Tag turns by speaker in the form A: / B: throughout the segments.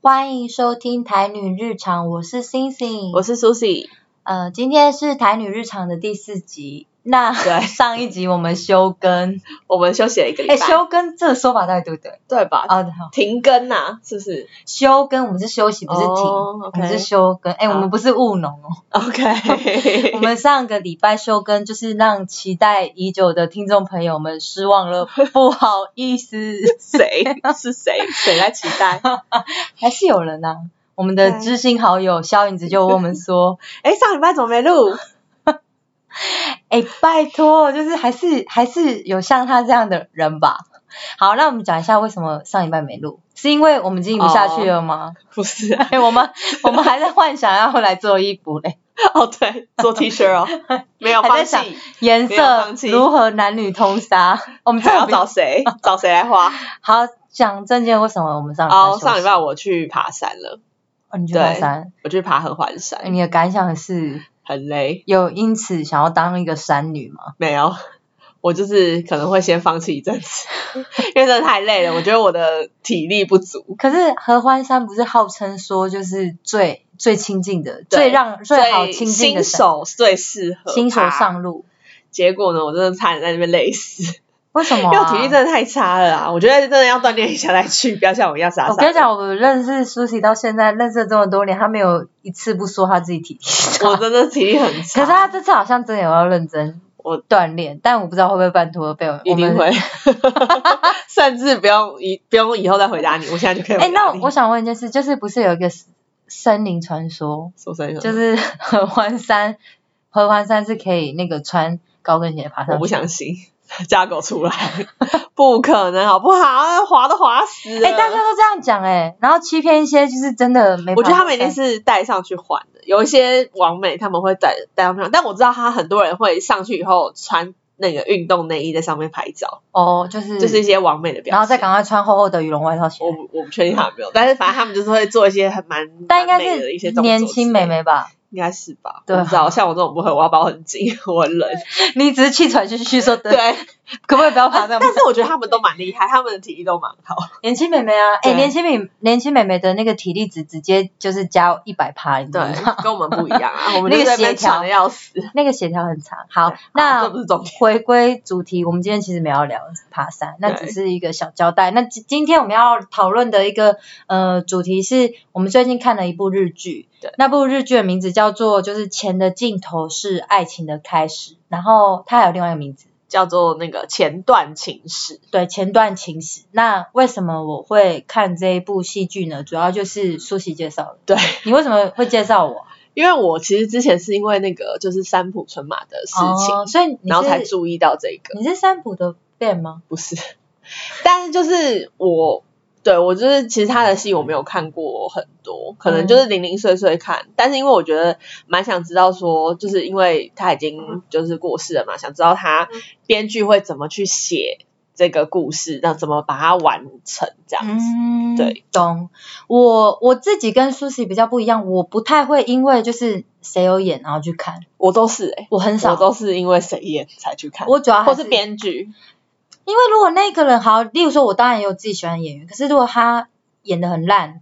A: 欢迎收听台女日常，我是星星，
B: 我是 Susie，
A: 呃，今天是台女日常的第四集。那
B: 对
A: 上一集我们休更，
B: 我们休息了一个礼拜，
A: 哎，休更这个说法到底对不对？
B: 对吧？
A: 啊，好，
B: 停更呐、是不是
A: 休更我们是休息，不是停，
B: 哦
A: 我们是
B: ，OK
A: 休更。哎，我们
B: 好
A: 不是务农哦，
B: ？OK，
A: 我们上个礼拜休更，就是让期待已久的听众朋友们失望了，不好意 思，
B: 谁是谁？谁在期 待？
A: 还是有人啊。我们的
B: 对
A: 知心好友萧影子就问我们说
B: 哎，上礼拜怎么没录？：“
A: 哎、拜托，就是还是还是有像他这样的人吧。”好，那我们讲一下为什么上礼拜没录，是因为我们经营不下去了吗？
B: 不是啊，
A: 哎、我们我们还在幻想要来做衣服嘞，
B: 哦对，做 T 恤 哦，没有
A: 还在
B: 放
A: 想
B: 弃，
A: 颜
B: 没有
A: 色
B: 放弃
A: 如何男女通 杀？我们
B: 还要
A: 真的
B: 找
A: 不
B: 谁？找谁来画？
A: 好讲证件，为什么我们上礼拜
B: 哦，
A: 休
B: 上礼
A: 息
B: 拜我去爬山了，
A: 哦，你去
B: 对
A: 爬山，哎
B: 我去爬合欢山，
A: 你的感想是
B: 很累，
A: 有因此想要当一个山女吗？
B: 没有。我就是可能会先放弃一阵子， 因为真的太累了。我觉得我的体力不足，
A: 可是合欢山不是号称说就是最最亲近的、
B: 对
A: 最让最好亲近的
B: 新
A: 山
B: 手最适合
A: 新手
B: 爬
A: 上路，
B: 结果呢，我真的差点在那边累死，
A: 为什么、
B: 因为我
A: 啊？
B: 体力真的太差了啊！我觉得真的要锻炼一下再去，不要像我一样傻傻。
A: 我跟你，讲，我认识苏西到现在认识这么多年，他没有一次不说他自己体力差。
B: 我真的体力很
A: 可
B: 差。
A: 是他这次好像真的有要认真
B: 我
A: 锻炼，但我不知道会不会半途而废。
B: 一
A: 我们
B: 定会， 甚至不用以不用以后再回答你，我现在就可以回答
A: 哎、
B: 你。
A: 那我想问一件事，就是不是有一个森林传说，
B: 说声
A: 就是 合欢山，合欢山是可以那个穿高跟鞋爬
B: 我
A: 上
B: 不
A: 去。
B: 相信， 家狗出来， 不可能好不好？滑都滑死了。
A: 哎、大家都这样讲哎、然后欺骗一些就是真的没爬过山。
B: 我觉得他们一定是带上去换的，有一些网美他们会带带上去换，但我知道他很多人会上去以后穿那个运动内衣在上面拍照，
A: 哦，就是
B: 就是一，些网美的表现。
A: 然后再赶快穿厚厚的羽绒外套起
B: 我
A: 来。
B: 不我不确定他有没有，但是反正他们就是会做一些很蛮
A: 但应该
B: 蛮美的一些
A: 是
B: 动作
A: 年轻美
B: 之类的，
A: 眉吧？
B: 应该是吧？
A: 对啊
B: 我不知道，像我这种不会，我要包很紧， 我很冷。
A: 你只是气喘吁吁 说
B: 对啊
A: 对，，可不可以不要爬 上
B: 但？是我觉得他们都蛮厉害，他们的体力都蛮好。
A: 年轻美眉啊，哎、
B: 对
A: 年轻美年轻美眉的那个体力值直接就是加一百趴，你知道吗
B: 对，跟我们不一样 啊，我们
A: 那个
B: 就在那
A: 协
B: 边
A: 调
B: 喘的要死。
A: 那个协调很长。好，那
B: 这不是重点。
A: 回归主题，我们今天其实没有要聊爬山，那
B: 对
A: 只是一个小交代。那今今天我们要讨论的一个呃主题是我们最近看了一部日剧
B: 对，
A: 那部日剧的名字叫做就是钱的尽头是爱情的开始，然后它还有另外一个名字，
B: 叫做那个前段情史，
A: 对前段情史。那为什么我会看这一部戏剧呢？主要就是苏西介绍的。
B: 对，
A: 你为什么会介绍我？
B: 因为我其实之前是因为那个就是三浦春马的事情，
A: 哦，所以你是
B: 然后才注意到这个。
A: 你是三浦的 fan 吗？
B: 不是， 但是就是我对我就是其实他的戏我没有看过很多，可能
A: 嗯
B: 就是零零碎碎看，但是因为我觉得蛮想知道说，就是因为他已经就是过世了嘛，想知道他编剧会怎么去写这个故事，那怎么把它完成这样子。
A: 嗯，
B: 对，
A: 懂。我我自己跟苏西比较不一样，我不太会因为就是谁有演然后去看，
B: 我都是哎、
A: 我很
B: 我
A: 少。
B: 都是因为谁演才去看，
A: 我主要还
B: 或
A: 是
B: 是，编剧，
A: 因为如果那个人好，例如说，我当然也有自己喜欢的演员，可是如果他演的很烂，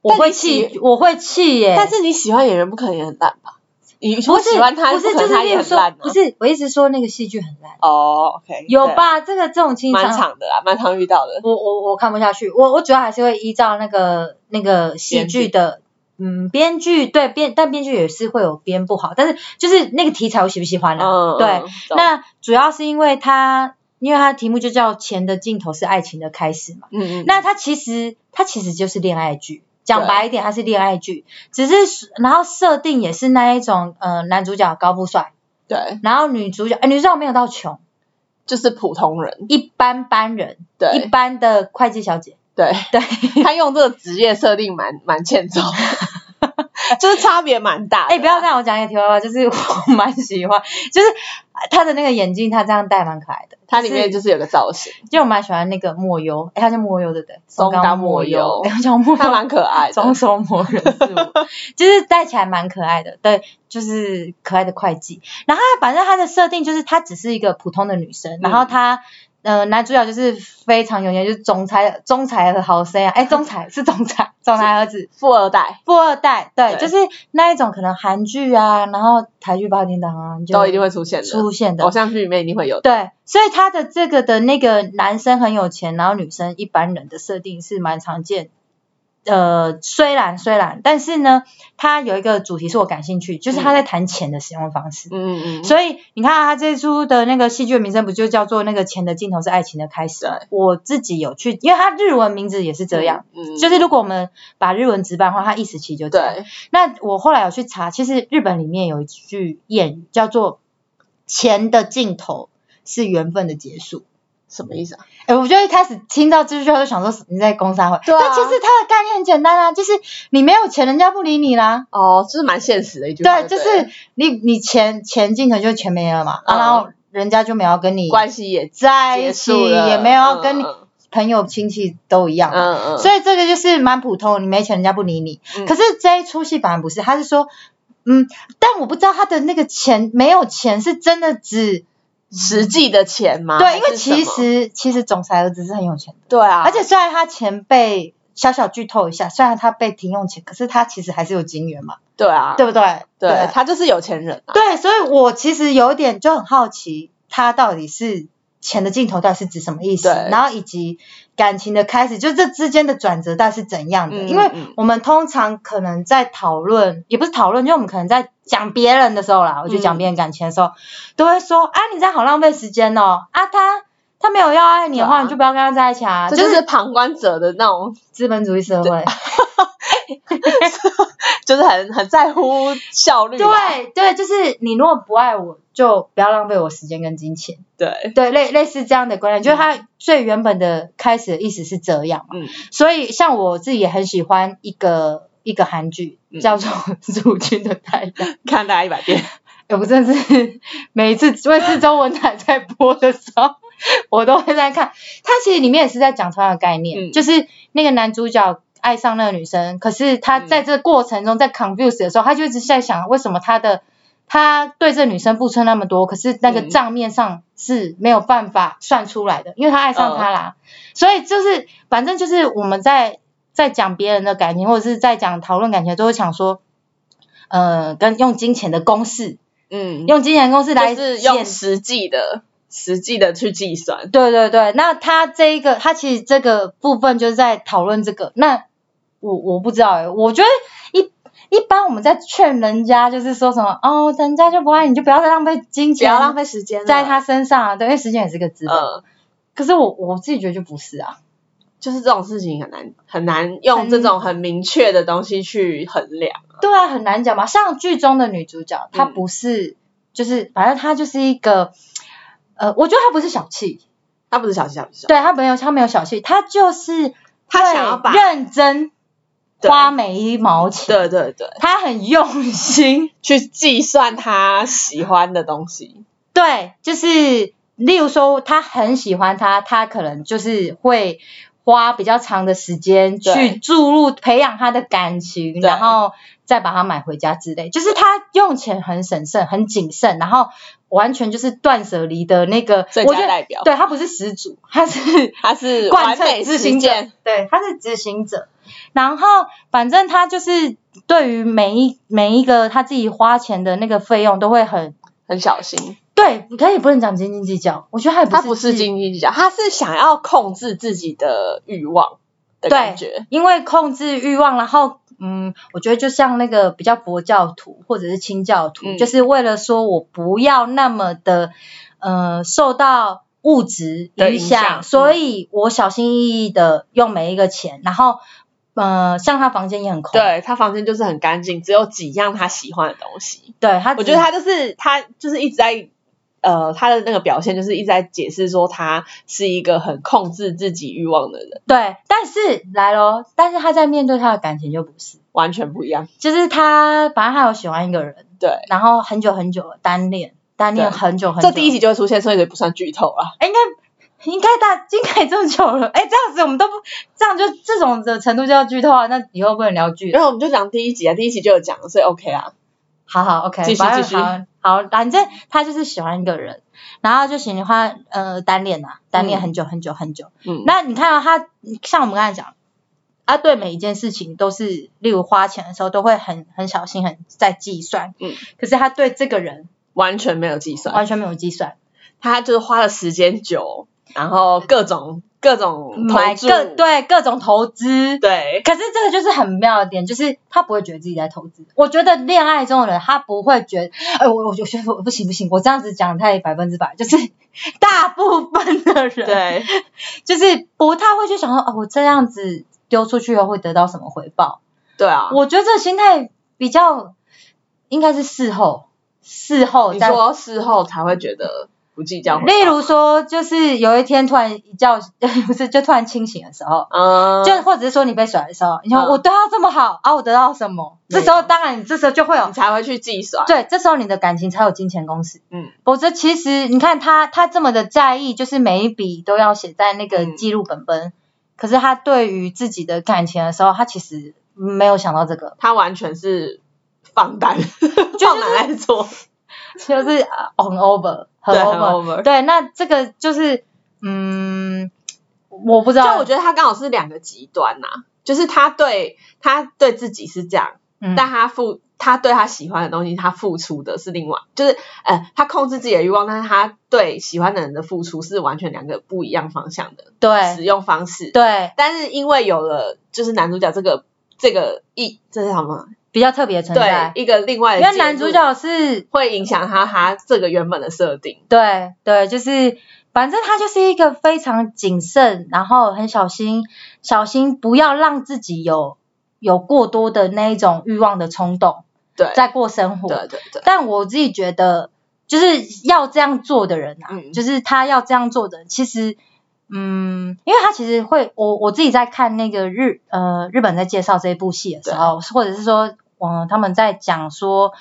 A: 我
B: 但你
A: 会
B: 喜
A: 气，我会气耶。
B: 但是你喜欢演员不可能演很烂吧？你
A: 不是
B: 喜欢他，
A: 不是
B: 可
A: 就
B: 能
A: 是
B: 他
A: 例
B: 也
A: 如
B: 很
A: 说
B: 烂啊，
A: 不是我一直说那个戏剧很烂，
B: 哦，OK，
A: 有
B: 对？
A: 吧？这个这种情
B: 蛮
A: 常
B: 长的啦，蛮常遇到的。
A: 我我我看不下去，我我主要还是会依照那个那个戏剧的，嗯，编剧对编，但编剧也是会有编不好，但是就是那个题材我喜不喜欢啊？
B: 嗯，
A: 对
B: 嗯，懂
A: 那主要是因为它，因为它的题目就叫《钱的尽头是爱情的开始》嘛，
B: 嗯嗯，
A: 那它其实它其实就是恋爱剧。讲
B: 对
A: 白一点，它是恋爱剧，只是然后设定也是那一种，呃，男主角高富帅，
B: 对，
A: 然后女主角，哎、女主角没有到穷，
B: 就是普通人，
A: 一般般人，一
B: 对
A: 般的会计小姐，
B: 对，
A: 对，
B: 他用这个职业设定蛮蛮欠揍， 就是差别蛮大的。
A: 哎、不要让我讲一个题外话，就是我蛮喜欢，就是他的那个眼镜，他这样戴蛮可爱的。
B: 它里面就是有个造型，
A: 就我蛮喜欢那个莫优，哎、他叫莫优对不对？
B: 松冈
A: 莫
B: 莫优
A: 哎、他叫莫
B: 它
A: 优，
B: 蛮可爱的
A: 中。手魔人是我，就是戴起来蛮可爱的，对，就是可爱的会计。然后他反正他的设定就是她只是一个普通的女生，
B: 嗯
A: 然后她。 呃，男主角就是非常有钱，就是总裁，总裁的好生啊，哎，总裁是总裁，总裁儿子，
B: 富二代
A: 富二代，对，
B: 对
A: 就是那一种可能韩剧啊，然后台剧八点档啊，你就
B: 都一定会出现的，
A: 出现的
B: 偶。像剧里面一定会有的。
A: 对，所以他的这个的那个男生很有钱，然后女生一般人的设定是蛮常见。呃，虽然虽然，但是呢，他有一个主题是我感兴趣，就是他在谈钱的使用方式。
B: 嗯嗯嗯，
A: 所以你看他这出的那个戏剧的名称不就叫做那个钱的尽头是爱情的开始
B: 嗯
A: 吗？我自己有去，因为他日文名字也是这样，
B: 嗯，嗯
A: 就是如果我们把日文直白的话，它意思其实就这样。
B: 对，
A: 那我后来有去查，其实日本里面有一句谚语叫做“钱的尽头是缘分的结束”。
B: 什么意思啊？
A: 哎，我就一开始听到这句话就想说你在攻杀会，
B: 对啊
A: 但其实它的概念很简单啊，就是你没有钱，人家不理你啦。
B: 哦，就是蛮现实的一句话。
A: 对，
B: 对，啊
A: 就是你你钱钱尽头就钱没了嘛，啊
B: 嗯
A: 然后人家就没有要跟你
B: 关系也
A: 在一
B: 结
A: 起，
B: 束了，
A: 也没有要跟你
B: 嗯
A: 朋友亲戚都一样嘛。
B: 嗯嗯，
A: 所以这个就是蛮普通，你没钱人家不理你。
B: 嗯
A: 可是这一出戏反而不是，他是说，嗯，但我不知道他的那个钱没有钱是真的指
B: 以实际的钱嘛，
A: 对，因为
B: 啊还是什么
A: 其实其实总裁儿子是很有钱的，
B: 对啊，
A: 而且虽然他钱被小小剧透一下，虽然他被停用钱，可是他其实还是有金源嘛，
B: 对啊，
A: 对不对？
B: 对，他就是有钱人啊，
A: 对，所以我其实有点就很好奇，他到底是钱的尽头到底是指什么意思？
B: 对
A: 然后以及感情的开始，就这之间的转折到底是怎样的？
B: 嗯
A: 因为
B: 嗯
A: 我们通常可能在讨论，也不是讨论，就我们可能在讲别人的时候啦，我就讲别人感情的时候，都会说啊，你这样好浪费时间哦，啊他。他没有要爱你的
B: 对
A: 话，
B: 啊
A: 你就不要跟他在一起啊！
B: 这
A: 就
B: 就是
A: 是
B: 旁观者的那种，
A: 资本主义社会，
B: 就是很很在乎效率啊嘛，
A: 对对，就是你如果不爱我，就不要浪费我时间跟金钱。
B: 对，
A: 对，类类似这样的观念，就是它最原本的开始的意思是这样嘛。
B: 嗯
A: 所以像我自己也很喜欢一个一个韩剧，叫做《主君的太阳》。
B: 看大家一百遍，
A: 哎，我真的是每一次卫视中文台在播的时候，我都会在看。它其实里面也是在讲同样的概念，
B: 嗯
A: 就是那个男主角。爱上那个女生，可是
B: 嗯
A: 他在这个过程中，在 confuse 的时候，他就一直在想，为什么他的他对这女生付出那么多，可是那个
B: 嗯
A: 账面上是没有办法算出来的，因为他爱
B: 嗯
A: 上他啦。所以就是，反正就是我们在在讲别人的感情，或者是在讲讨论感情，都会想说，呃，跟用金钱的公式，
B: 嗯，
A: 用金钱公式来
B: 就是
A: 显
B: 用实际的实际的去计算，嗯
A: 对对对，那他这一个，他其实这个部分就是在讨论这个。那我我不知道哎、我觉得一一般我们在劝人家，就是说什么哦，人家就不爱你，就不要再浪费金
B: 不
A: 钱，
B: 要浪费时间了
A: 在他身上啊，对，因为时间也是个资本。
B: 嗯。
A: 可是我我自己觉得就不是啊，
B: 就是这种事情很难很难用这种很明确的东西去衡量，
A: 对啊，很难讲嘛。像剧中的女主角，她
B: 嗯
A: 不是，就是反正她就是一个，呃，我觉得她不是小气，
B: 他不是小气小气小气，
A: 对她没有，她没有小气，她就是
B: 她
A: 会
B: 想要把
A: 认真
B: 对
A: 花每一毛钱，
B: 对对对，
A: 他很用心，
B: 去计算他喜欢的东西，
A: 对，就是例如说他很喜欢他，他可能就是会花比较长的时间去
B: 对
A: 注入培养他的感情，
B: 对
A: 然后再把它买回家之类，就是他用钱很审慎、很谨慎，然后完全就是断舍离的那个，
B: 最
A: 我觉
B: 佳
A: 得
B: 代表，
A: 对他不是始祖，他是
B: 他是
A: 贯
B: 完
A: 彻
B: 美
A: 执
B: 实
A: 行者
B: 践，，
A: 对，他是执行者。然后反正他就是对于每一每一个他自己花钱的那个费用都会很
B: 很小心，
A: 对，可以不能讲斤斤计较，我觉得他也不
B: 他
A: 是
B: 不是斤斤计较，他是想要控制自己的欲望的感觉，
A: 因为控制欲望，然后嗯，我觉得就像那个比较佛教徒或者是清教徒，
B: 嗯
A: 就是为了说我不要那么的呃受到物质
B: 的
A: 影
B: 影
A: 响，
B: 响嗯
A: 所以我小心翼翼的用每一个钱，然后呃，像他房间也很空，
B: 对他房间就是很干净，只有几样他喜欢的东西，
A: 对他只，
B: 我觉得他就是他就是一直在。呃，他的那个表现就是一直在解释说他是一个很控制自己欲望的人，
A: 对，但是来咯，但是他在面对他的感情就不是，
B: 完全不一样。
A: 就是他反正他有喜欢一个人，
B: 对，
A: 然后很久很久了单恋，单恋
B: 对
A: 很久很久，
B: 这第一集就会出现，所以也不算剧透啦。
A: 哎应该应该大 应该这么久了，哎，这样子我们都不这样就这种的程度就要剧透啊，那以后不能聊剧了。
B: 然后我们就讲第一集啊，第一集就有讲了，所以 OK 啊。
A: 好好，OK，
B: 继续
A: 反正
B: 继续
A: 好好，反正他就是喜欢一个人，然后就喜欢呃单恋呐、啊，单恋
B: 嗯
A: 很久很久很久。
B: 嗯，
A: 那你看、啊、他，像我们刚才讲，他对每一件事情都是，例如花钱的时候都会很很小心，很在计算。
B: 嗯，
A: 可是他对这个人
B: 完全没有计算，
A: 完全没有计算，
B: 他就是花了时间久，然后各种各种
A: 嗯买
B: 投注，
A: 各对各种投资。
B: 对
A: 可是这个就是很妙的点，就是他不会觉得自己在投资。我觉得恋爱中的人，他不会觉得，哎，我我觉得我不行不行，我这样子讲太百分之百，就是大部分的人，，
B: 对
A: 就是不太会去想说，哦，我这样子丢出去后会得到什么回报。
B: 对啊！
A: 我觉得这个心态比较应该是事后，事后
B: 你
A: 再
B: 说事后才会觉得不计较回报，
A: 例如说，就是有一天突然一觉，不是就突然清醒的时候，
B: 嗯，
A: 就或者是说你被甩的时候，你说、
B: 嗯
A: 我对他这么好啊，我得到什么？
B: 没有
A: 这时候当然，你这时候就会有
B: 你才会去计算，
A: 对，这时候你的感情才有金钱公式。
B: 嗯，
A: 否则其实你看他他这么的在意，就是每一笔都要写在那个
B: 嗯
A: 记录本本，可是他对于自己的感情的时候，他其实没有想到这个，
B: 他完全是放 胆放胆来做，
A: 就是呃 on over 很
B: 对很
A: over，
B: over。
A: 对，那这个就是嗯，我不知
B: 就
A: 道，
B: 我觉得他刚好是两个极端呐、啊就是他对他对自己是这样，
A: 嗯
B: 但他付他对他喜欢的东西，他付出的是另外，就是呃，他控制自己的欲望，但是他对喜欢的人的付出是完全两个不一样方向的使
A: 对
B: 用方式。
A: 对
B: 但是因为有了就是男主角这个这个一这是什么？
A: 比较特别的存
B: 对
A: 在，，
B: 一个另外的
A: 因为男主
B: 介入
A: 角是
B: 会影响他他这个原本的设定。
A: 对对，就是反正他就是一个非常谨慎，然后很小心，小心不要让自己有有过多的那一种欲望的冲动，
B: 对，
A: 在过生活。
B: 对对对，
A: 但我自己觉得，就是要这样做的人啊，
B: 嗯
A: 就是他要这样做的人，其实。嗯，因为他其实会，我我自己在看那个日呃日本在介绍这一部戏的时候，或者是说，嗯、他们在讲说，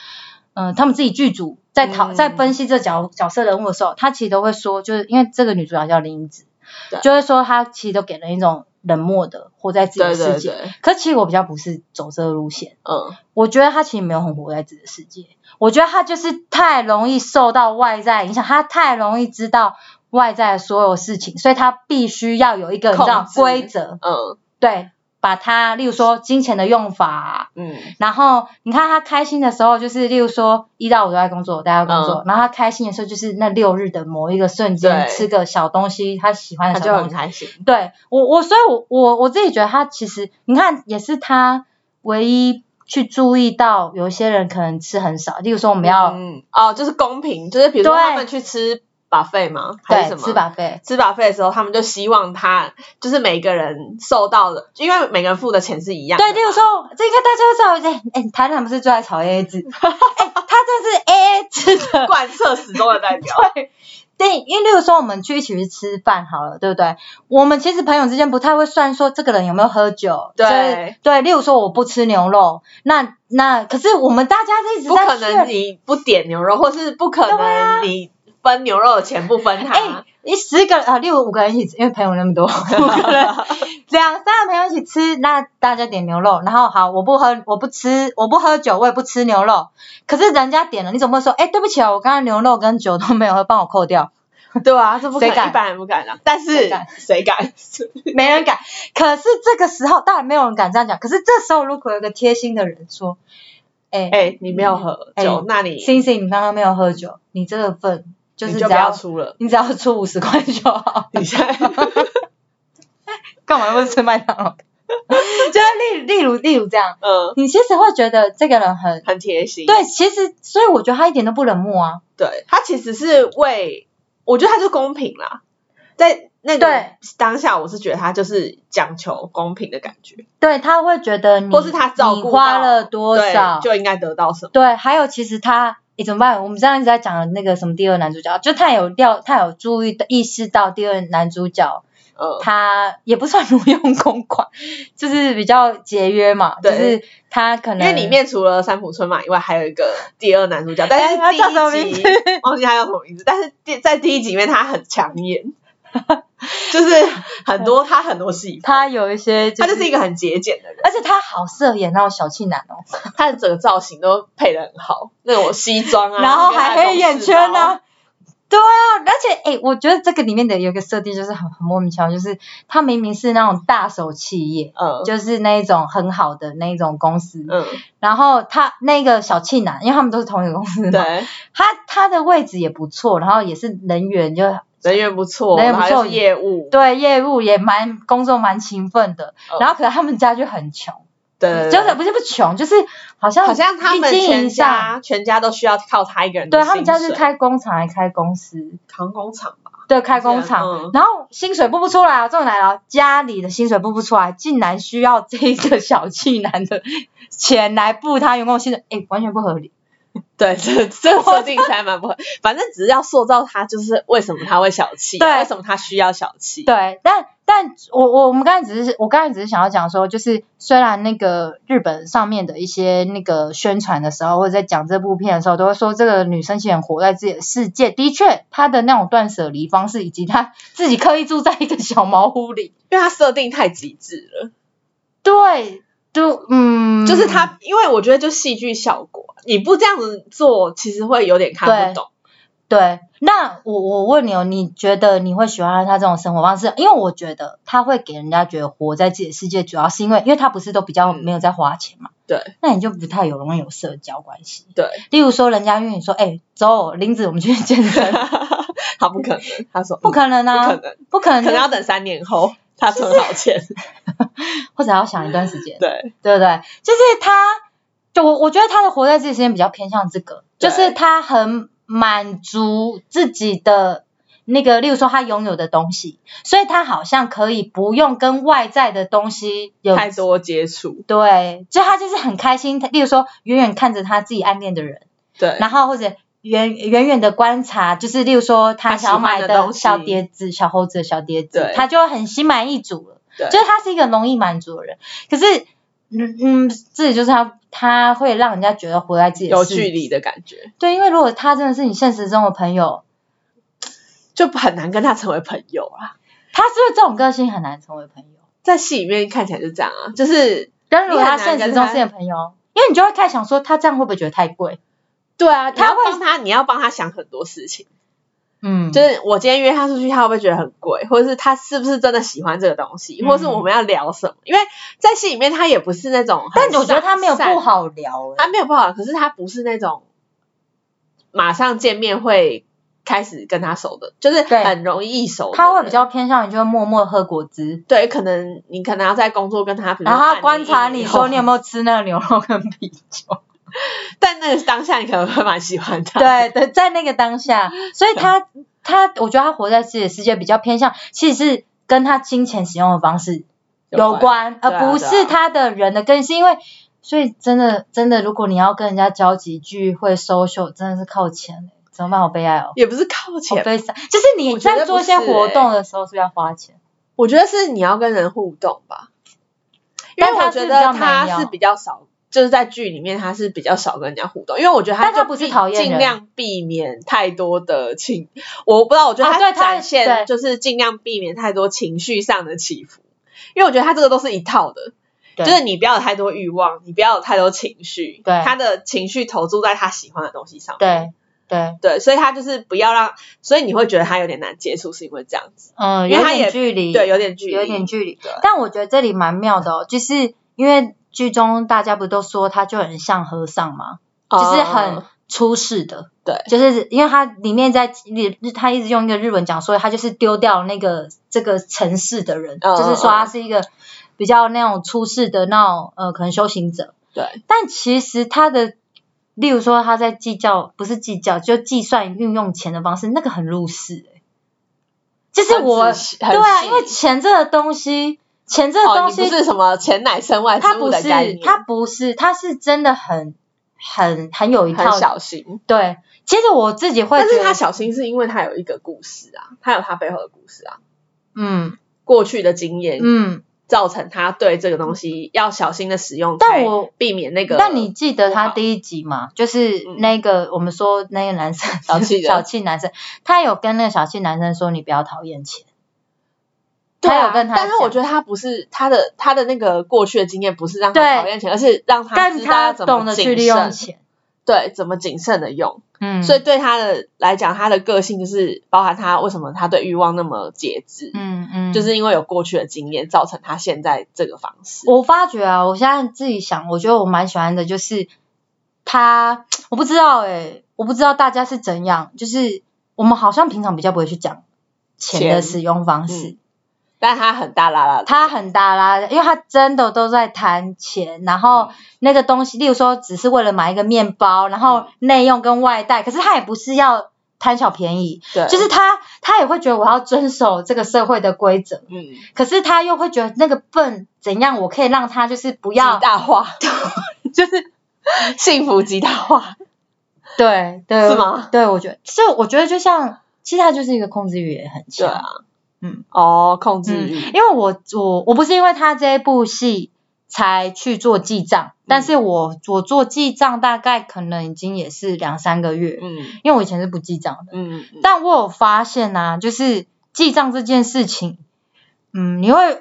A: 嗯、他们自己剧组在讨、
B: 嗯
A: 在分析这角角色人物的时候，他其实都会说，就是因为这个女主角叫林子
B: 对，
A: 就会说她其实都给人一种冷漠的活在自己的
B: 对
A: 世
B: 对
A: 界。
B: 对，
A: 可其实我比较不是走这个路线，
B: 嗯，
A: 我觉得他其实没有很活在自己的世界，我觉得他就是太容易受到外在影响，他太容易知道外在的所有事情，所以他必须要有一个你知道
B: 控制
A: 规则，
B: 嗯
A: 对，把它，例如说金钱的用法啊、
B: 嗯，
A: 然后你看他开心的时候，就是例如说一到五都在工作，大家工作。然后他开心的时候，就是那六日的某一个瞬间，
B: 嗯对
A: 吃个小东西，他喜欢的
B: 他就
A: 小
B: 很
A: 东西。
B: 开心。
A: 对我，我所以我，我我自己觉得他其实，你看也是他唯一去注意到有一些人可能吃很少，例如说我们要、
B: 嗯哦，就是公平，就是比如说
A: 对
B: 他们去吃 buffet 吗？还
A: 对
B: 是什么？
A: 吃把费，
B: 吃 buffet 的时候，他们就希望他就是每个人受到的，因为每个人付的钱是一样的嘛。
A: 对，例如说这个大家都知道，哎、哎，台南不是最爱炒 AA 制，哎、他真是 AA 制的。
B: 贯彻始终的 代表。
A: 对，对，因为例如说我们去一起去吃饭好了，对不对？我们其实朋友之间不太会算说这个人有没有喝酒，
B: 对
A: 就是对。例如说我不吃牛肉，那那可是我们大家一直
B: 不
A: 在
B: 可能
A: 劝，
B: 你不点牛肉，或是不可
A: 对啊
B: 能你分牛肉的钱不分它。
A: 哎，你十个啊，例如五个人一起吃，因为朋友那 么多，五个人 两三个朋友一起吃，那大家点牛肉，然后好，我不喝，我不吃，我不喝酒，我也不吃牛肉。可是人家点了，你总不会说，哎，对不起啊，我刚刚牛肉跟酒都没有喝，帮我扣 掉。
B: 对啊，这不可
A: 谁敢
B: 能，一般人不敢的。但
A: 谁
B: 是
A: 敢
B: 谁敢？
A: 没人敢。可是这个时候，当然没有人敢这样讲。可是这时候，如果有个贴心的人说：“哎、
B: 哎，你没有喝
A: 哎
B: 酒，那你
A: 星星，你刚刚没有喝酒，你这个份就是
B: 你
A: 只
B: 就不要
A: 要
B: 出了。
A: 你只要出五十块就好。
B: 你现在
A: 干嘛不吃麦当 劳？就是例例如例如这样，
B: 嗯，
A: 你其实会觉得这个人很
B: 很贴心。
A: 对，其实所以我觉得他一点都不冷漠啊。
B: 对，他其实是为，我觉得他就公平啦，在那个
A: 对
B: 当下，我是觉得他就是讲求公平的感觉，
A: 对他会觉得你，
B: 或是他照
A: 嗯
B: 顾
A: 你
B: 到
A: 花了多少
B: 对，就应该得到什么。
A: 对，还有其实他，诶，怎么办？我们上一直在讲的那个什么第二男主角，就他有料，他有注意意识到第二男主角
B: 嗯，
A: 他也不算挪用公款， 就是比较节约嘛，就
B: 对
A: 是他可
B: 因
A: 能
B: 为里面除了三浦春马以外，还有一个第二男主角，但
A: 哎
B: 是
A: 他叫什么
B: 第一
A: 名
B: 集
A: 字
B: 忘记他叫什么名字，但是第在第一集里面他很抢眼，就是很多他很多戏，
A: 他有一些、
B: 他
A: 就
B: 就是一个很节俭的人，
A: 而且他好适合演那种小气男哦，
B: 他的整个造型都配的很好，那种西装啊，
A: 然后
B: 跟他
A: 还
B: 的
A: 黑眼圈
B: 同事包哦
A: 呢、对啊，而且哎、我觉得这个里面的有一个设定就是很很莫名其妙，就是他明明是那种大手企业，
B: 嗯
A: 就是那一种很好的那一种公司，
B: 嗯，
A: 然后他那个小气男，因为他们都是同一个公司 嘛，
B: 对，
A: 他他的位置也不错，然后也是人员就
B: 人缘不错，
A: 人缘不
B: 然后又
A: 错
B: 是业务，
A: 对业务也蛮工作蛮勤奋的，
B: 嗯
A: 然后可是他们家就很穷，
B: 对对，对
A: 就是不是不穷，就是好像
B: 呃好像他们
A: 一经
B: 全
A: 营上，
B: 家全家都需要靠他一个人的
A: 对
B: 薪水，
A: 他们家是开工厂还开公司，
B: 扛工厂吧，
A: 对开工
B: 是
A: 厂，
B: 啊嗯
A: 然后薪水拨不出来啊，重点来了，家里的薪水拨不出来，竟然需要这个小气男的钱来付他员工的薪水， 哎，完全不合理。
B: 对，这这个设定还蛮不合，反正只是要塑造他，就是为什么他会小气，
A: 对
B: 为什么他需要小气，
A: 对，但但我我我们刚才只是我刚才只是想要讲说，就是虽然那个日本上面的一些那个宣传的时候，或者在讲这部片的时候，都会说这个女生其实很活在自己的世界。的确，她的那种断舍离方式，以及她自己刻意住在一个小茅屋里，
B: 因为他设定太极致了，
A: 对，就嗯，
B: 就是他，因为我觉得就戏剧效果，你不这样子做，其实会有点看
A: 对
B: 不懂，
A: 对。那我我问你哦，你觉得你会喜欢她这种生活方式？因为我觉得她会给人家觉得活在自己的世界，主要是因为因为她不是都比较
B: 嗯
A: 没有在花钱嘛。
B: 对
A: 那你就不太有容易有社交关系。
B: 对，
A: 例如说，人家约你说，哎、走，林子，我们去健身，
B: 他不可能，他说
A: 不可能
B: 能
A: 啊，
B: 不可能，
A: 不可能，
B: 可能要等三年后他存好钱，
A: 或者要想一段时间，
B: 对
A: 对不对？就是他，就我我觉得他的活在自己时间比较偏向这个，就
B: 对
A: 是他很满足自己的。那个，例如说他拥有的东西，所以他好像可以不用跟外在的东西有
B: 太多接触，
A: 对，就他就是很开心。例如说，远远看着他自己暗恋的人，
B: 对，
A: 然后或者远远远的观察，就是例如说他
B: 他喜
A: 想要
B: 欢
A: 买
B: 的
A: 的
B: 东西
A: 小碟子、小猴子的小碟子
B: 对，
A: 他就会很心满意足了。
B: 对
A: 就是他是一个容易满足的人，可是，嗯嗯，这也就是他他会让人家觉得活在自己的
B: 有
A: 世
B: 距。离的感觉，
A: 对，因为如果他真的是你现实中的朋友，
B: 就很难跟他成为朋友啊。
A: 他是不是这种个性很难成为朋友？
B: 在戏里面看起来是这样啊，就是
A: 但如果
B: 你很
A: 他
B: 难
A: 现实
B: 跟
A: 中
B: 他
A: 是你的朋友，因为你就会开始想说，他这样会不会觉得太贵？
B: 对啊，
A: 他
B: 他要
A: 会
B: 帮他，你要帮他想很多事情，
A: 嗯，
B: 就是我今天约他出去，他会不会觉得很贵，或者是他是不是真的喜欢这个东西，
A: 嗯
B: 或是我们要聊什么？因为在戏里面他也不是那种很
A: 但
B: 善，
A: 我觉得他没有不
B: 善，
A: 好聊、欸
B: 他没有不好，可是他不是那种马上见面会开始跟他熟的，就是
A: 对
B: 很容易熟的人。
A: 他会比较偏向于就默默喝果汁，
B: 对，可能你可能要在工作跟他，比如
A: 然
B: 说
A: 后
B: 半
A: 他观
B: 年
A: 察
B: 以
A: 你
B: 后
A: 说你有没有吃那个牛肉跟啤酒，
B: 但那个当下你可能会蛮喜欢 他。
A: 对对，在那个当 下，所以他他我觉得他活在自己的世界比较偏向，其实是跟他金钱使用的方式 有关，
B: 对啊
A: 而不
B: 对
A: 是
B: 啊
A: 他的人的根性，因为所以真的真的，如果你要跟人家交集聚会 social，真的是靠钱、怎么办？好悲哀哦。
B: 也不是靠
A: 好
B: 钱，
A: 悲伤，就是你
B: 我觉
A: 在
B: 得
A: 做一
B: 不
A: 些
B: 是
A: 活
B: 欸
A: 动的时候，是不是要花钱？
B: 我觉得是你要跟人互动吧，因为
A: 但他
B: 我
A: 是
B: 觉
A: 比较
B: 得
A: 没有
B: 他是比较少，就是在剧里面他是比较少跟人家互动，因为我觉得
A: 但他
B: 他
A: 不是
B: 就
A: 讨厌人
B: 尽量避免太多的情，我不知道，我觉得
A: 啊对
B: 他
A: 他
B: 展
A: 对
B: 现就是尽量避免太多情绪上的起伏，因为我觉得他这个都是一套的。
A: 对
B: 就是你不要有太多欲望，你不要有太多情绪，
A: 对
B: 他的情绪投注在他喜欢的东西上面，
A: 对对，
B: 对，所以他就是不要让，所以你会觉得他有点难接触，是因为这样子，
A: 嗯，
B: 因为
A: 有
B: 他
A: 点
B: 也
A: 距离，
B: 对，有点距离，
A: 有一点距离
B: 对。
A: 但我觉得这里蛮妙的哦，就是因为剧中大家不都说他就很像和尚嘛，就是很
B: 哦
A: 出世的。
B: 对
A: 就是因为他里面在日，他一直用一个日文讲，所以他就是丢掉那个这个城市的人，
B: 嗯
A: 就是说他是一个比较那种出世的那种呃可能修行者。
B: 对
A: 但其实他的，例如说他在计较，不是计较，就计算运用钱的方式，那个很入世、欸、就是
B: 很
A: 我
B: 仔细
A: 对
B: 很
A: 啊，
B: 细
A: 因为钱这个东西，钱这个
B: 哦，
A: 东
B: 你
A: 西，
B: 不是什么钱乃身外之
A: 它
B: 物
A: 不
B: 的
A: 是
B: 概念，
A: 它不是，它是真的很很很有一套
B: 很小心，
A: 对。其实我自己会
B: 但
A: 觉
B: 是
A: 得，
B: 他小心是因为他有一个故事啊，他有他背后的故事啊，
A: 嗯
B: 过去的经验、
A: 嗯，
B: 造成他对这个东西要小心的使用，
A: 但我
B: 才避免那个。
A: 但你记得
B: 不
A: 他
B: 好
A: 第一集吗？就是
B: 嗯
A: 那个、我们说那个男生
B: 小气人
A: 小气男生，他有跟那个小气男生说，你不要讨厌钱。
B: 对
A: 他
B: 啊
A: 有跟他
B: 但是我觉得他不是他的他的那个过去的经验不是让他
A: 对
B: 讨厌钱，而是让他
A: 但
B: 知道要
A: 他
B: 怎
A: 懂得
B: 么
A: 去
B: 谨
A: 利用
B: 慎。
A: 钱，
B: 对怎么谨慎的用。
A: 嗯，
B: 所以对他的来讲，他的个性就是包含他为什么他对欲望那么节制，
A: 嗯嗯，
B: 就是因为有过去的经验造成他现在这个方式。
A: 我发觉啊，我现在自己想，我觉得我蛮喜欢的，就是他，我不知道哎、我不知道大家是怎样，就是我们好像平常比较不会去讲钱的
B: 钱嗯
A: 使用方式，
B: 但他很大啦啦的，
A: 他很大啦，因为他真的都在谈钱，然
B: 嗯
A: 后那个东西，例如说只是为了买一个面包，然后
B: 嗯
A: 内用跟外带，可是他也不是要贪小便宜，
B: 对，
A: 就是他他也会觉得我要遵守这个社会的规则，
B: 嗯，
A: 可是他又会觉得那个笨怎样，我可以让他就是不
B: 极
A: 要
B: 大 化，就是幸福极大化，
A: 对对
B: 是吗？
A: 对，我觉得，所以我觉得就像，其实他就是一个控制欲也很
B: 对
A: 强。
B: 啊，
A: 嗯，
B: 哦，控制
A: 嗯，
B: 欲，
A: 因为我我我不是因为他这一部戏才去做记账，但是我我做记账大概可能已经也是两三个月，
B: 嗯
A: 因为我以前是不记账的。
B: 嗯嗯，
A: 但我有发现啊，就是记账这件事情，嗯，你会，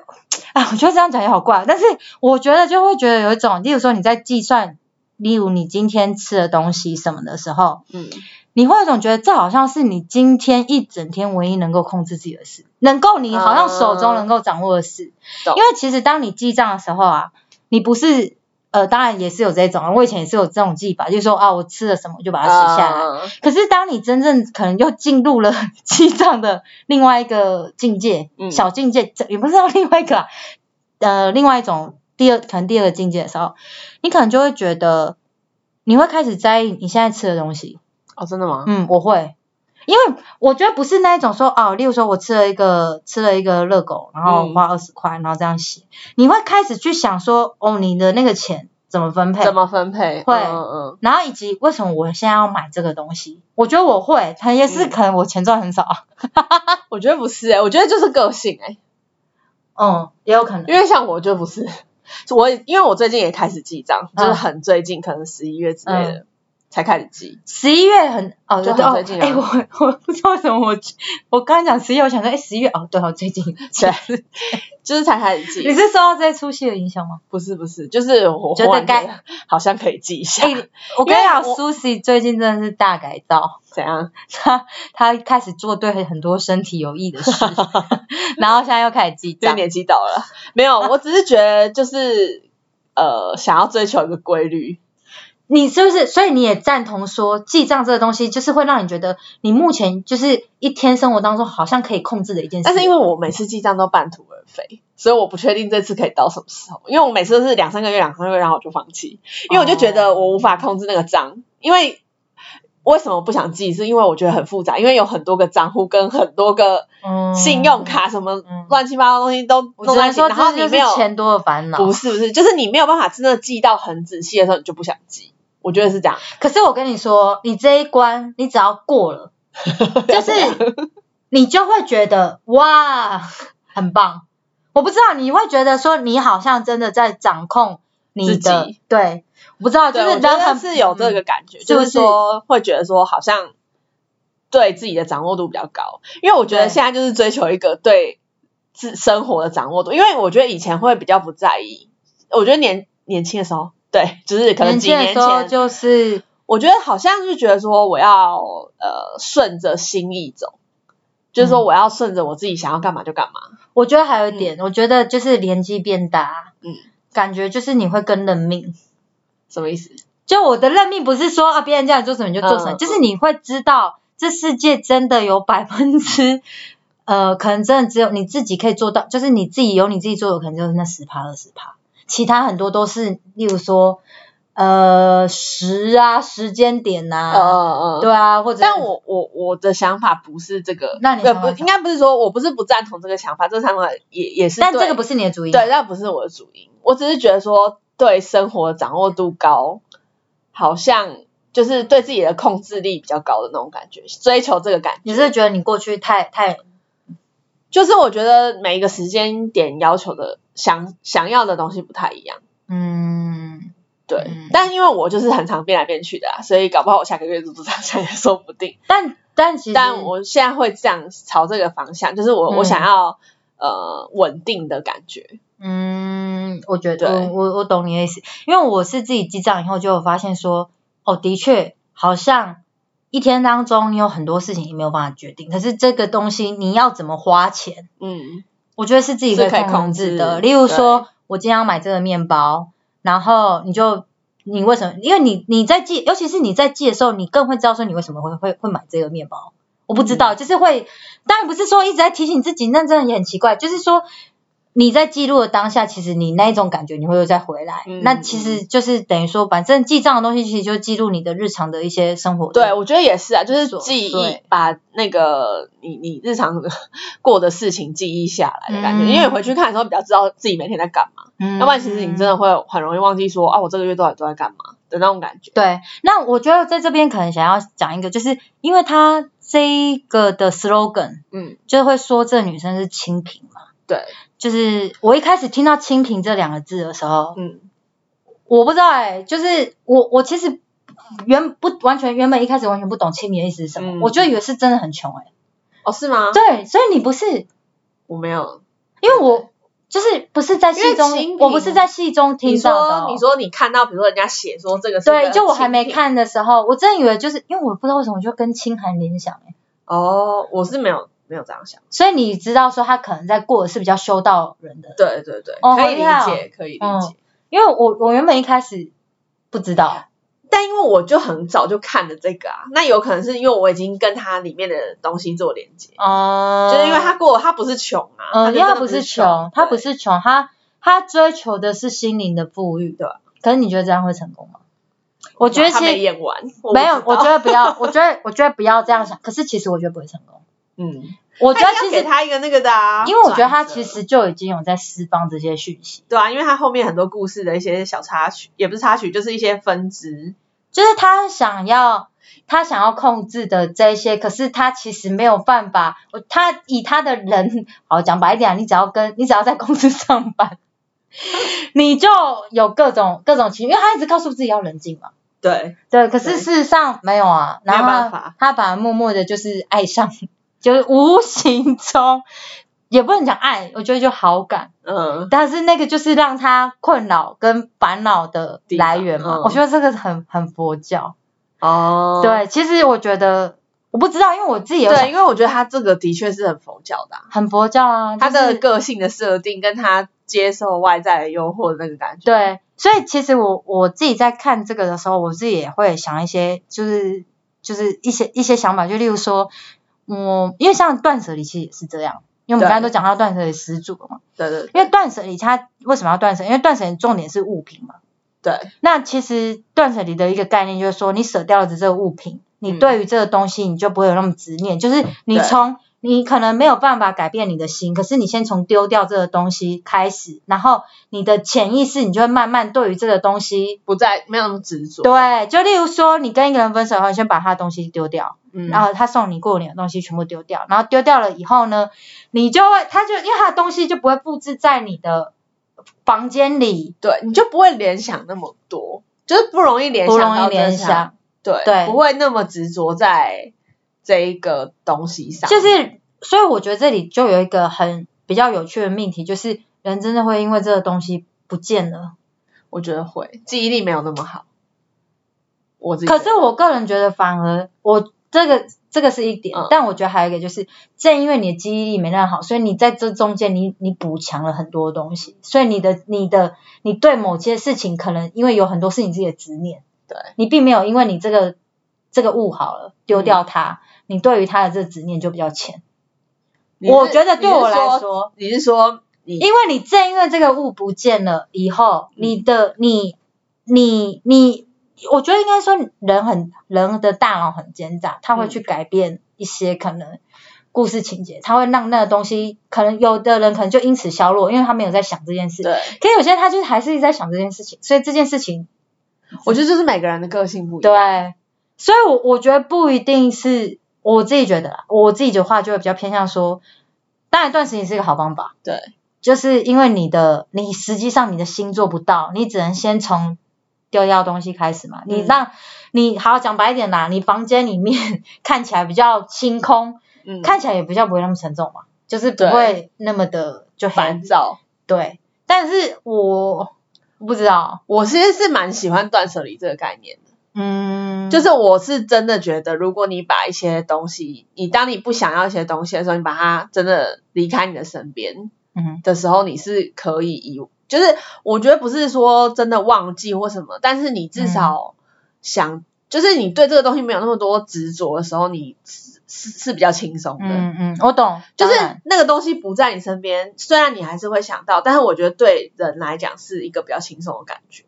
A: 啊，我觉得这样讲也好怪，但是我觉得就会觉得有一种，例如说你在计算，例如你今天吃的东西什么的时候，
B: 嗯，
A: 你会有种觉得这好像是你今天一整天唯一能够控制自己的事，能够你好像手中能够掌握的事。
B: 懂
A: 因为其实当你记账的时候啊，你不是呃，当然也是有这种啊，我以前也是有这种记法，就是说啊，我吃了什么我就把它写下来。
B: 嗯
A: 可是当你真正可能又进入了记账的另外一个境界，
B: 嗯
A: 小境界，这也不是说另外一个、啊，呃，另外一种第二可能第二个境界的时候，你可能就会觉得你会开始在意你现在吃的东西。
B: 哦，真的吗？
A: 嗯，我会，因为我觉得不是那一种说哦，例如说我吃了一个吃了一个热狗，然后
B: 嗯
A: 花二十块，然后这样写，你会开始去想说哦，你的那个钱怎么分配
B: 怎，么分配？
A: 会
B: 嗯嗯
A: 然后以及为什么我现在要买这个东西，我觉得我会，可能也是
B: 嗯
A: 可能我钱赚很 少啊，
B: 嗯，我觉得不是哎，我觉得就是个性哎，
A: 嗯，也有可能，
B: 因为像我就不是，我因为我最近也开始记账，
A: 嗯
B: 就是很最近，可能十一月之类的才开始记，
A: 十一月很哦，
B: 就
A: 对
B: 很
A: 哦
B: 最，近啊
A: 哎，我我不知道为什么我我刚刚讲十一，我想说哎，十一月哦，对哦，最近，
B: 对， 就是才开始
A: 你
B: 记，
A: 是受到这出戏的影响吗？
B: 不是不是，就是我
A: 觉得
B: 忽然
A: 该
B: 间好像可以记一下
A: 哎，我跟你讲
B: 因为我
A: ，Susie 最近真的是大改造。
B: 怎样？
A: 他他开始做对很多身体有益的 事，然后现在又开始记
B: 因为
A: 账。
B: 年纪到了，没有，我只是觉得就是呃，想要追求一个规律，
A: 你是不是？所以你也赞同说记账这个东西，就是会让你觉得你目前就是一天生活当中好像可以控制的一件事。
B: 但是因
A: 为
B: 为我每次记账都半途而废，所以我不确定这次可以到什么时候，因为我每次都是两三个月、两三个月，然后我就放弃，因为我就觉得我无法控制那个账，因为。为什么不想记？是因为我觉得很复杂，因为有很多个账户跟很多个信用，卡什么
A: 嗯
B: 乱七八糟的东西都
A: 我
B: 弄
A: 只
B: 在一
A: 能
B: 起，
A: 说
B: 然后
A: 这就
B: 你
A: 是
B: 没有
A: 钱多的烦恼
B: 不。是不是，就是你没有办法真的记到很仔细的时候，你就不想记。我觉得是这样，
A: 可是我跟你说，你这一关你只要过 了，就是你就会觉得哇，很棒。我不知道你会觉得说你好像真的在掌控你
B: 自
A: 的
B: 己，
A: 对，我不知道，就
B: 对，
A: 是
B: 我觉
A: 人
B: 得
A: 很
B: 是有这个
A: 嗯
B: 感觉，
A: 是
B: 就
A: 不
B: 是
A: 是
B: 说会觉得说好像对自己的掌握度比较高，因为我觉得
A: 对
B: 现在就是追求一个对自生活的掌握度，因为我觉得以前会比较不在意，我觉得年年轻的时候，对，就是可能
A: 年
B: 几
A: 轻的
B: 年
A: 时候
B: 前，
A: 就是
B: 我觉得好像是觉得说我要呃顺着心意走，就是说
A: 嗯
B: 我要顺着我自己想要干嘛就干嘛，
A: 我觉得还有一点，我觉得就是年纪变大，
B: 嗯，
A: 感觉就是你会跟认命。
B: 什么意思？
A: 就我的认命不是说啊别人叫你做什么你就做什么，
B: 嗯
A: 就是你会知道这世界真的有百分之。呃，可能真的只有你自己可以做到，就是你自己有你自己做的，可能就是那十趴二十趴，其他很多都是，例如说，呃，时啊，时间点
B: 嗯
A: 呐、
B: 嗯嗯，
A: 对啊，或者，
B: 但我我我的想法不是这个，
A: 那你
B: 呃
A: 想
B: 不
A: 法
B: 应该不是说我不是不赞同这个想法，这个想法也也是
A: 但
B: 对
A: 这个不是你的主意，啊
B: 对，但不是我的主因，我只是觉得说对生活的掌握度高，好像就是对自己的控制力比较高的那种感觉，追求这个感
A: 你
B: 觉，
A: 是觉得你过去太太
B: 就是我觉得每一个时间点要求的想想要的东西不太一样。
A: 嗯，
B: 对，
A: 嗯
B: 但因为我就是很常变来变去的、啊，所以搞不好我下个月就不这样也说不定。
A: 但但其实，
B: 但我现在会这样朝这个方向，就是我、
A: 嗯
B: 我想要呃稳定的感觉，
A: 嗯，我觉
B: 对
A: 得我我我懂你的意思，因为我是自己记账以后就有发现说，哦，的确，好像一天当中你有很多事情你没有办法决定，可是这个东西你要怎么花钱，
B: 嗯，
A: 我觉得是自己可以
B: 是可以
A: 控
B: 控
A: 制
B: 制
A: 的。例如说，我今天要买这个面包，然后你就你为什么？因为你你在记，尤其是你在记的时候，你更会知道说你为什么会会会买这个面包。我不知
B: 嗯
A: 道，就是会，当然不是说一直在提醒自己，那真的也很奇怪。就是说你在记录的当下，其实你那一种感觉你会又再回来。
B: 嗯
A: 那其实就是等于说，反正记账的东西其实就记录你的日常的一些生活。
B: 对，我觉得也是啊，就是
A: 琐
B: 记忆
A: 碎
B: 把那个你你日常 过的事情记忆下来的感觉，
A: 嗯
B: 因为你回去看的时候比较知道自己每天在干嘛，
A: 嗯
B: 要不然其实你真的会很容易忘记说啊，我这个月到底都在干嘛的那种感觉。
A: 对，那我觉得在这边可能想要讲一个，就是因为他这一个的 slogan
B: 嗯，
A: 就会说这女生是清贫嘛，
B: 对，
A: 就是我一开始听到清贫这两个字的时候，
B: 嗯
A: 我不知道哎、就是我我其实原不完全原本一开始完全不懂清贫的意思是什么，
B: 嗯
A: 我就以为是真的很穷哎、
B: 哦，是吗？
A: 对，所以你不是，
B: 我没有。
A: 因为我就是不是在
B: 因
A: 戏
B: 为
A: 中
B: 清，
A: 我不
B: 贫
A: 是在戏中
B: 你
A: 听到的哦、
B: 说你说你看到，比如说人家写说这个是
A: 对，
B: 个
A: 就我还没
B: 清贫
A: 看的时候，我真的以为就是因为我不知道为什么就跟清寒联想、欸
B: 哦，我是没有没有这样想。
A: 所以你知道说他可能在过的是比较修道人的，
B: 对对对，
A: 哦
B: 可以
A: 好
B: 理
A: 厉害哦
B: 解，可以理解。
A: 因为我我原本一开始不知道，
B: 但因为我就很早就看了这个啊，那有可能是因为我已经跟它里面的东西做连接，
A: 哦、
B: 就是因为他过他不是穷啊，
A: 嗯，
B: 就
A: 因为
B: 真
A: 他
B: 的
A: 不是
B: 穷
A: 穷，，他不
B: 对
A: 是穷，他他追求的是心灵的富裕，
B: 对啊
A: 可是你觉得这样会成功吗？我觉得
B: 他
A: 其
B: 没
A: 实
B: 演完，
A: 没有，我觉
B: 得
A: 得不要， 我觉得我觉得不要这样想。可是其实我觉得不会成功，
B: 嗯，
A: 我
B: 我
A: 觉得其
B: 给
A: 实，
B: 他一个那个的啊，
A: 因为我觉得他
B: 转折
A: 其实就已经有在释放这些讯息，
B: 对啊，因为他后面很多故事的一些小插曲，也不是插曲，就是一些分支，
A: 就是他想要他想要控制的这些，可是他其实没有办法，我他以他的人，好讲白一点啊，你只要跟你只要在公司上班，你就有各种各种情绪，因为他一直告诉自己要冷静嘛。
B: 对，
A: 对，可
B: 对
A: 是事实上没有啊，
B: 没
A: 然
B: 有
A: 后
B: 办法
A: 他他把默默的就是爱上， 就是无形中也不能讲爱，我觉得就好感，
B: 嗯，
A: 但是那个就是让他困扰跟烦恼的来源嘛
B: 地。方嗯
A: 我觉得这个很很佛教。
B: 哦，
A: 对，其实我觉得我不知道，因为我自己有
B: 对，
A: 想
B: 因为我觉得他这个的确是很佛教的啊、
A: 很佛教啊，
B: 他
A: 就是
B: 的个性的设定跟他接受外在的诱惑的那个感觉，
A: 对，所以其实我我自己在看这个的时候，我自己也会想一些，就是就是一些一些想法，就例如说，嗯，因为像断舍离其实也是这样，因为我们
B: 对
A: 刚才都讲到断舍离始祖了嘛，
B: 对对
A: 因为断舍离它为什么要断舍？因为断舍离重点是物品嘛。
B: 对，
A: 那其实断舍离的一个概念就是说，你舍掉了这个物品，你
B: 嗯
A: 对于这个东西你就不会有那么执念，就是你
B: 对
A: 从你可能没有办法改变你的心，可是你先从丢掉这个东西开始，然后你的潜意识你就会慢慢对于这个东西，
B: 不再没有那么执着，
A: 对，就例如说你跟一个人分手后，你先把他的东西丢掉，
B: 嗯，
A: 然后他送你过年的东西全部丢掉，然后丢掉了以后呢，你就会他就因为他的东西就不会布置在你的房间里，
B: 对，你就不会联想那么多，就是不容易联
A: 不
B: 想到
A: 容易
B: 这
A: 联
B: 些
A: 想。
B: 对，
A: 对
B: 不会那么执着在这一个东西上，
A: 就是，所以我觉得这里就有一个很比较有趣的命题，就是人真的会因为这个东西不见了。
B: 我觉得会记忆力没有那么好，我自己
A: 可
B: 觉
A: 是
B: 得
A: 我个人觉得，反而我这个这个是一点，
B: 嗯
A: 但我觉得还有一个就是，正因为你的记忆力没那么好，所以你在这中间你你补强了很多东西，所以你的你的你对某些事情可能因为有很多是你自己的执念，
B: 对，
A: 你并没有因为你这个这个物好了丢掉它，你对于它的这个执念就比较浅。
B: 你是
A: 我觉得对我来
B: 你是
A: 说
B: 你是说你
A: 因为你正因为这个物不见了以后，你的你你你，我觉得应该说人很人的大脑很奸诈，他会去改变一些可能故事情节，他会让那个东西可能有的人可能就因此消落，因为他没有在想这件事。
B: 对，
A: 可是有些人他就是还是一直在想这件事情，所以这件事情
B: 我觉得就是每个人的个性不一样，
A: 对，所以我我觉得不一定是我自己觉得啦，我自己的话就会比较偏向说，当然断食也是一个好方法，
B: 对，
A: 就是因为你的你实际上你的心做不到，你只能先从丢掉东西开始嘛。你
B: 嗯
A: 让、你好讲白一点啦，你房间里面看起来比较清空，
B: 嗯，
A: 看起来也比较不会那么沉重嘛，就是不
B: 对
A: 会那么的就
B: 烦
A: 很
B: 躁。
A: 对。但是我我不知道，
B: 我其实是蛮喜欢断舍离这个概念的，
A: 嗯，
B: 就是我是真的觉得，如果你把一些东西，你当你不想要一些东西的时候，你把它真的离开你的身边
A: 嗯
B: 的时候，你是可以以，就是我觉得不是说真的忘记或什么，但是你至少想，就是你对这个东西没有那么多执着的时候，你是是是比较轻松的。
A: 嗯嗯，我懂，
B: 就是
A: 当然
B: 那个东西不在你身边，虽然你还是会想到，但是我觉得对人来讲是一个比较轻松的感觉，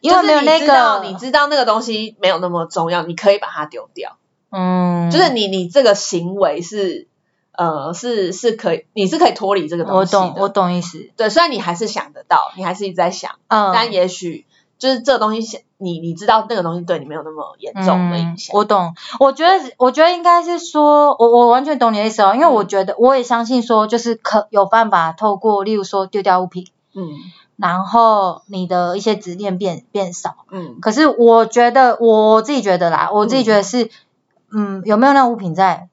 A: 因为没有
B: 就是你
A: 那
B: 知道
A: 个
B: 你知道那个东西没有那么重要，你可以把它丢掉，
A: 嗯，
B: 就是你你这个行为是呃是是可以，你是可以脱离这个
A: 我
B: 东西的
A: 懂我懂意思，
B: 对，虽然你还是想得到，你还是一直在想，
A: 嗯，
B: 但也许就是这个东西，你你知道那个东西对你没有那么严重的影响，
A: 嗯我懂，我觉得，我觉得应该是说，我我完全懂你的意思哦，因为我觉得我也相信说，就是可有办法透过，例如说丢掉物品，
B: 嗯
A: 然后你的一些执念变变少。
B: 嗯
A: 可是我觉得我自己觉得啦，我自己觉得是，嗯，有没有那物品在？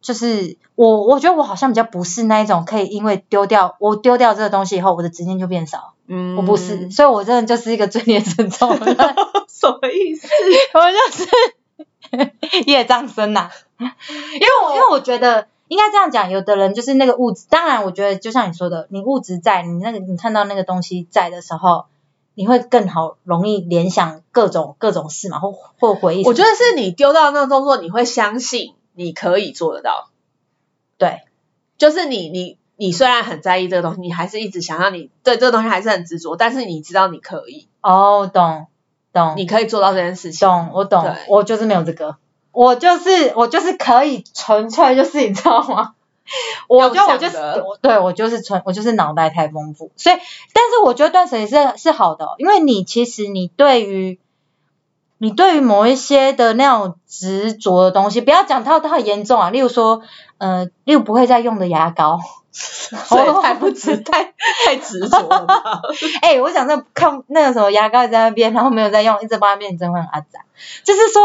A: 就是我，我觉得我好像比较不是那一种可以因为丢掉我丢掉这个东西以后，我的执念就变少。
B: 嗯，
A: 我不是，所以我真的就是一个罪孽深重的人。
B: 什么意思？
A: 我就是 业障深呐、 因为我因为我觉得应该这样讲，有的人就是那个物质，当然我觉得就像你说的，你物质在，你那个你看到那个东西在的时候，你会更好容易联想各种各种事嘛，或或回忆什么。
B: 我觉得是你丢到那个动作，你会相信你可以做得到。
A: 对，
B: 就是你你你虽然很在意这个东西，你还是一直想让你对这个东西还是很执着，但是你知道你可以，
A: 哦，懂懂
B: 你可以做到这件事情。
A: 懂，我懂
B: 对，
A: 我就是没有这个。我就是我就是可以纯粹就是你知道吗？我
B: 用
A: 就我
B: 想
A: 就是
B: 的
A: 我对我就是纯我就是脑袋太丰富，所以但是我觉得断舍离是是好的哦、因为你其实你对于你对于某一些的那种执着的东西，不要讲到太严重啊，例如说呃，例如不会再用的牙膏，
B: 所以太不执太太执着 了吧。
A: 哎、我想那看那个什么牙膏一直在那边，然后没有在用，一直放在那边，你真的会很阿杂。就是说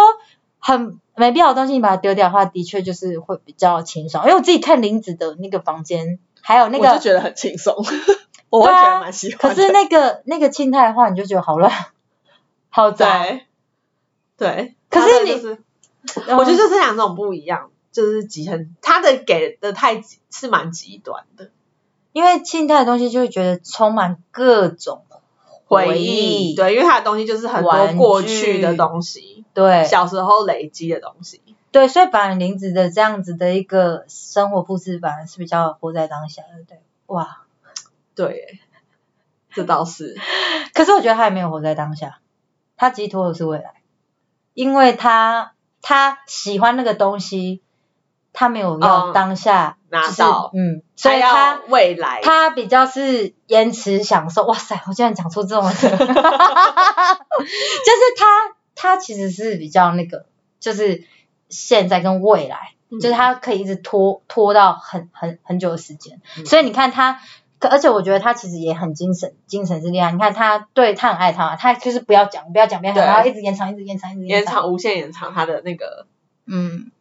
A: 很没必要的东西，你把它丢掉的话，的确就是会比较清爽。因为我自己看林子的那个房间，还有那
B: 我就
A: 个，
B: 觉得很轻松， 我会
A: 对
B: 觉
A: 啊
B: 得蛮喜
A: 可
B: 欢的。
A: 是那个那个青苔的话，你就觉得好乱，好杂。
B: 对对，
A: 可是
B: 它的
A: 你
B: 就是
A: 嗯
B: 我觉得就是两种不一样，就是极很他的给的太极是蛮极端的
A: 因为青苔的东西就会觉得充满各种回忆，
B: 对，因为他的东西就是很多
A: 玩
B: 过
A: 具
B: 去的东西，
A: 对
B: 小时候累积的东西。
A: 对，所以反而林子的这样子的一个生活布置，反而是比较活在当下，对不对？哇，
B: 对耶，这倒是。
A: 可是我觉得他也没有活在当下，他寄托的是未来，因为他他喜欢那个东西，他没有要
B: 嗯
A: 当下、
B: 拿
A: 就是
B: 到
A: 嗯，所以
B: 还
A: 他
B: 要未来，
A: 他比较是延迟享受。哇塞，我竟然讲出这种， 就是他他其实是比较那个，就是现在跟未来，
B: 嗯
A: 就是他可以一直拖拖到很很很久的时间。
B: 嗯
A: 所以你看他，可而且我觉得他其实也很精神，精神是厉害。你看他对他很爱他嘛，他就是不要讲，不要讲，不要讲，
B: 对
A: 然后一直延长，一直延长，一直
B: 延
A: 延
B: 长无限延长他的那个
A: 嗯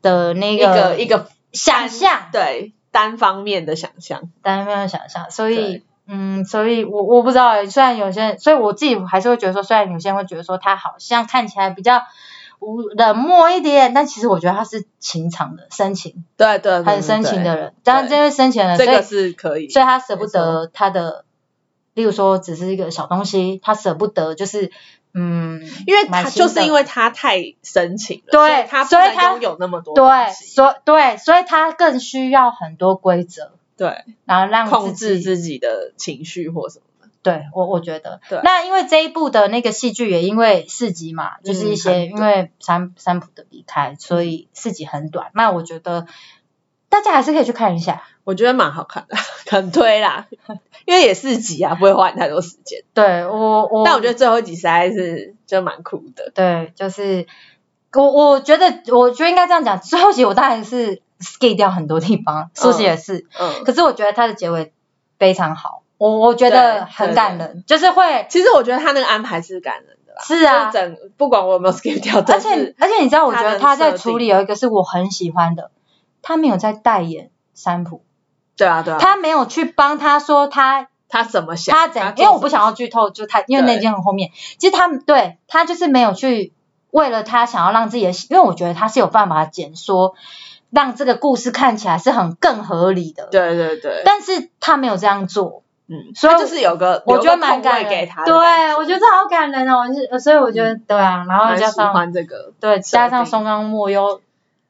A: 的那
B: 一个
A: 个
B: 一个
A: 想象，
B: 对单方面的想象。
A: 大家没有想象，所以
B: 对
A: 嗯，所以我我不知道欸，虽然有些人，所以我自己还是会觉得说，虽然有些人会觉得说他好像看起来比较无冷漠一点，但其实我觉得他是情场的深情，
B: 对对，对
A: 很深情的。人，当然
B: 对
A: 这位深情的人，
B: 对对这个
A: 所
B: 是可以
A: 以，所以他舍不得他的，例如说只是一个小东西，他舍不得就是嗯，
B: 因为他
A: 买新
B: 就
A: 的
B: 是因为他太深情了，
A: 对
B: 所以他不
A: 所以
B: 能
A: 他
B: 拥有那么多
A: 对，
B: 东西，
A: 所对，所以他更需要很多规则，
B: 对，
A: 然后让
B: 控
A: 自
B: 制
A: 己
B: 自己的情绪或什么。
A: 对我我觉得
B: 对，
A: 那因为这一部的那个戏剧也因为四集嘛，就是一些、
B: 嗯
A: 因为三三浦的离开，所以四集很短。那我觉得大家还是可以去看一下，
B: 我觉得蛮好看的， 很推啦，因为也四集啊，不会花你太多时间。
A: 对我我，
B: 但我觉
A: 得
B: 得最后一集实在是就蛮酷的，
A: 对，就是我我觉得我觉得应该这样讲，最后集我当然是 skip 掉很多地方，说起也是，
B: 嗯。
A: 可是我觉得它的结尾非常好，我我觉
B: 对
A: 得很
B: 对
A: 感人，就是会
B: 其实我觉得他那个安排是感人的啦，
A: 是啊
B: 就是整不管我有没有 skip 掉，
A: 而
B: 但
A: 且
B: 是
A: 而且你知道，我觉
B: 他的
A: 得他在
B: 设
A: 处理
B: 定
A: 有一个是我很喜欢的，他没有在代言三浦，
B: 对啊对啊，
A: 他没有去帮他说他
B: 他怎么想，
A: 他怎样？
B: 做
A: 因为我不
B: 什
A: 想
B: 么
A: 要剧透，就他，因为那
B: 对
A: 件很后面。其实他们对他就是没有去为了他想要让自己的，因为我觉得他是有办法简缩，让这个故事看起来是很更合理的。，
B: 对对对，
A: 但是他没有这样做，
B: 嗯，
A: 所以
B: 他就是有个
A: 我觉得
B: 有个
A: 蛮
B: 空
A: 感
B: 位
A: 人。
B: 给他的
A: 对
B: 感觉，嗯
A: 我觉得这好感人哦，就是所以我觉得、对啊，然后
B: 蛮
A: 加
B: 喜
A: 上
B: 欢这个
A: 对
B: 设
A: 加上
B: 定
A: 松冈莫优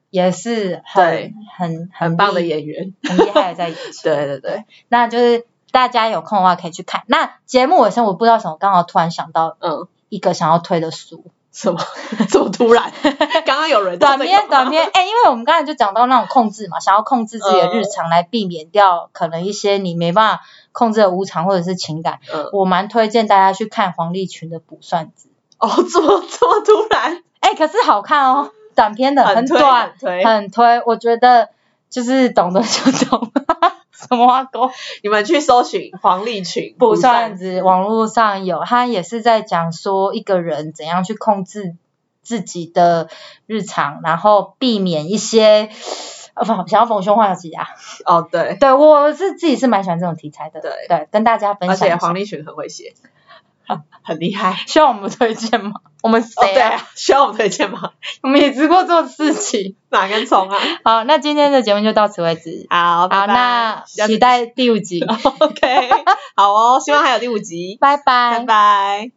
A: 也是
B: 对
A: 很很
B: 很棒的
A: 厉
B: 演员，
A: 很厉害的在演出。
B: 对对对，
A: 那就是大家有空的话可以去看。那节目尾声，我不知道为什么，刚好突然想到
B: 嗯，
A: 一个想要推的 书，
B: 什么这么突 然？刚刚有人
A: 短 篇
B: 面
A: 短篇，哎、因为我们刚才就讲到那种控制嘛，想要控制自己的日常，来避免掉可能一些你没办法控制的无常或者是情感。
B: 嗯，
A: 我蛮推荐大家去看黄立群的《卜算子》，
B: 哦，这么这么突然，
A: 哎、可是好看哦，短篇的，很
B: 推
A: 短，，
B: 推，
A: 很推，我觉得就是懂得就懂， 什么啊狗。
B: 你们去搜寻黄立群
A: 不算子，网络上有，他也是在讲说一个人怎样去控制自己的日常，然后避免一些呃不想要逢凶化吉啊。
B: 哦，对，
A: 对我是自己是蛮喜欢这种题材的，
B: 对
A: 跟大家分
B: 而
A: 享一
B: 且
A: 下。
B: 黄立群很会写， 很厉害。
A: 需要我们推荐吗？我们
B: 哦，
A: 谁、
B: 对啊，需要我们推荐吗？
A: 我们也只过做事情。
B: 哪根葱啊？
A: 好，那今天的节目就到此为止。
B: 好，拜
A: 好，
B: 拜
A: 那
B: 下次
A: 期待第五集，
B: OK，好哦，希望还有第五集，
A: 拜
B: 拜拜。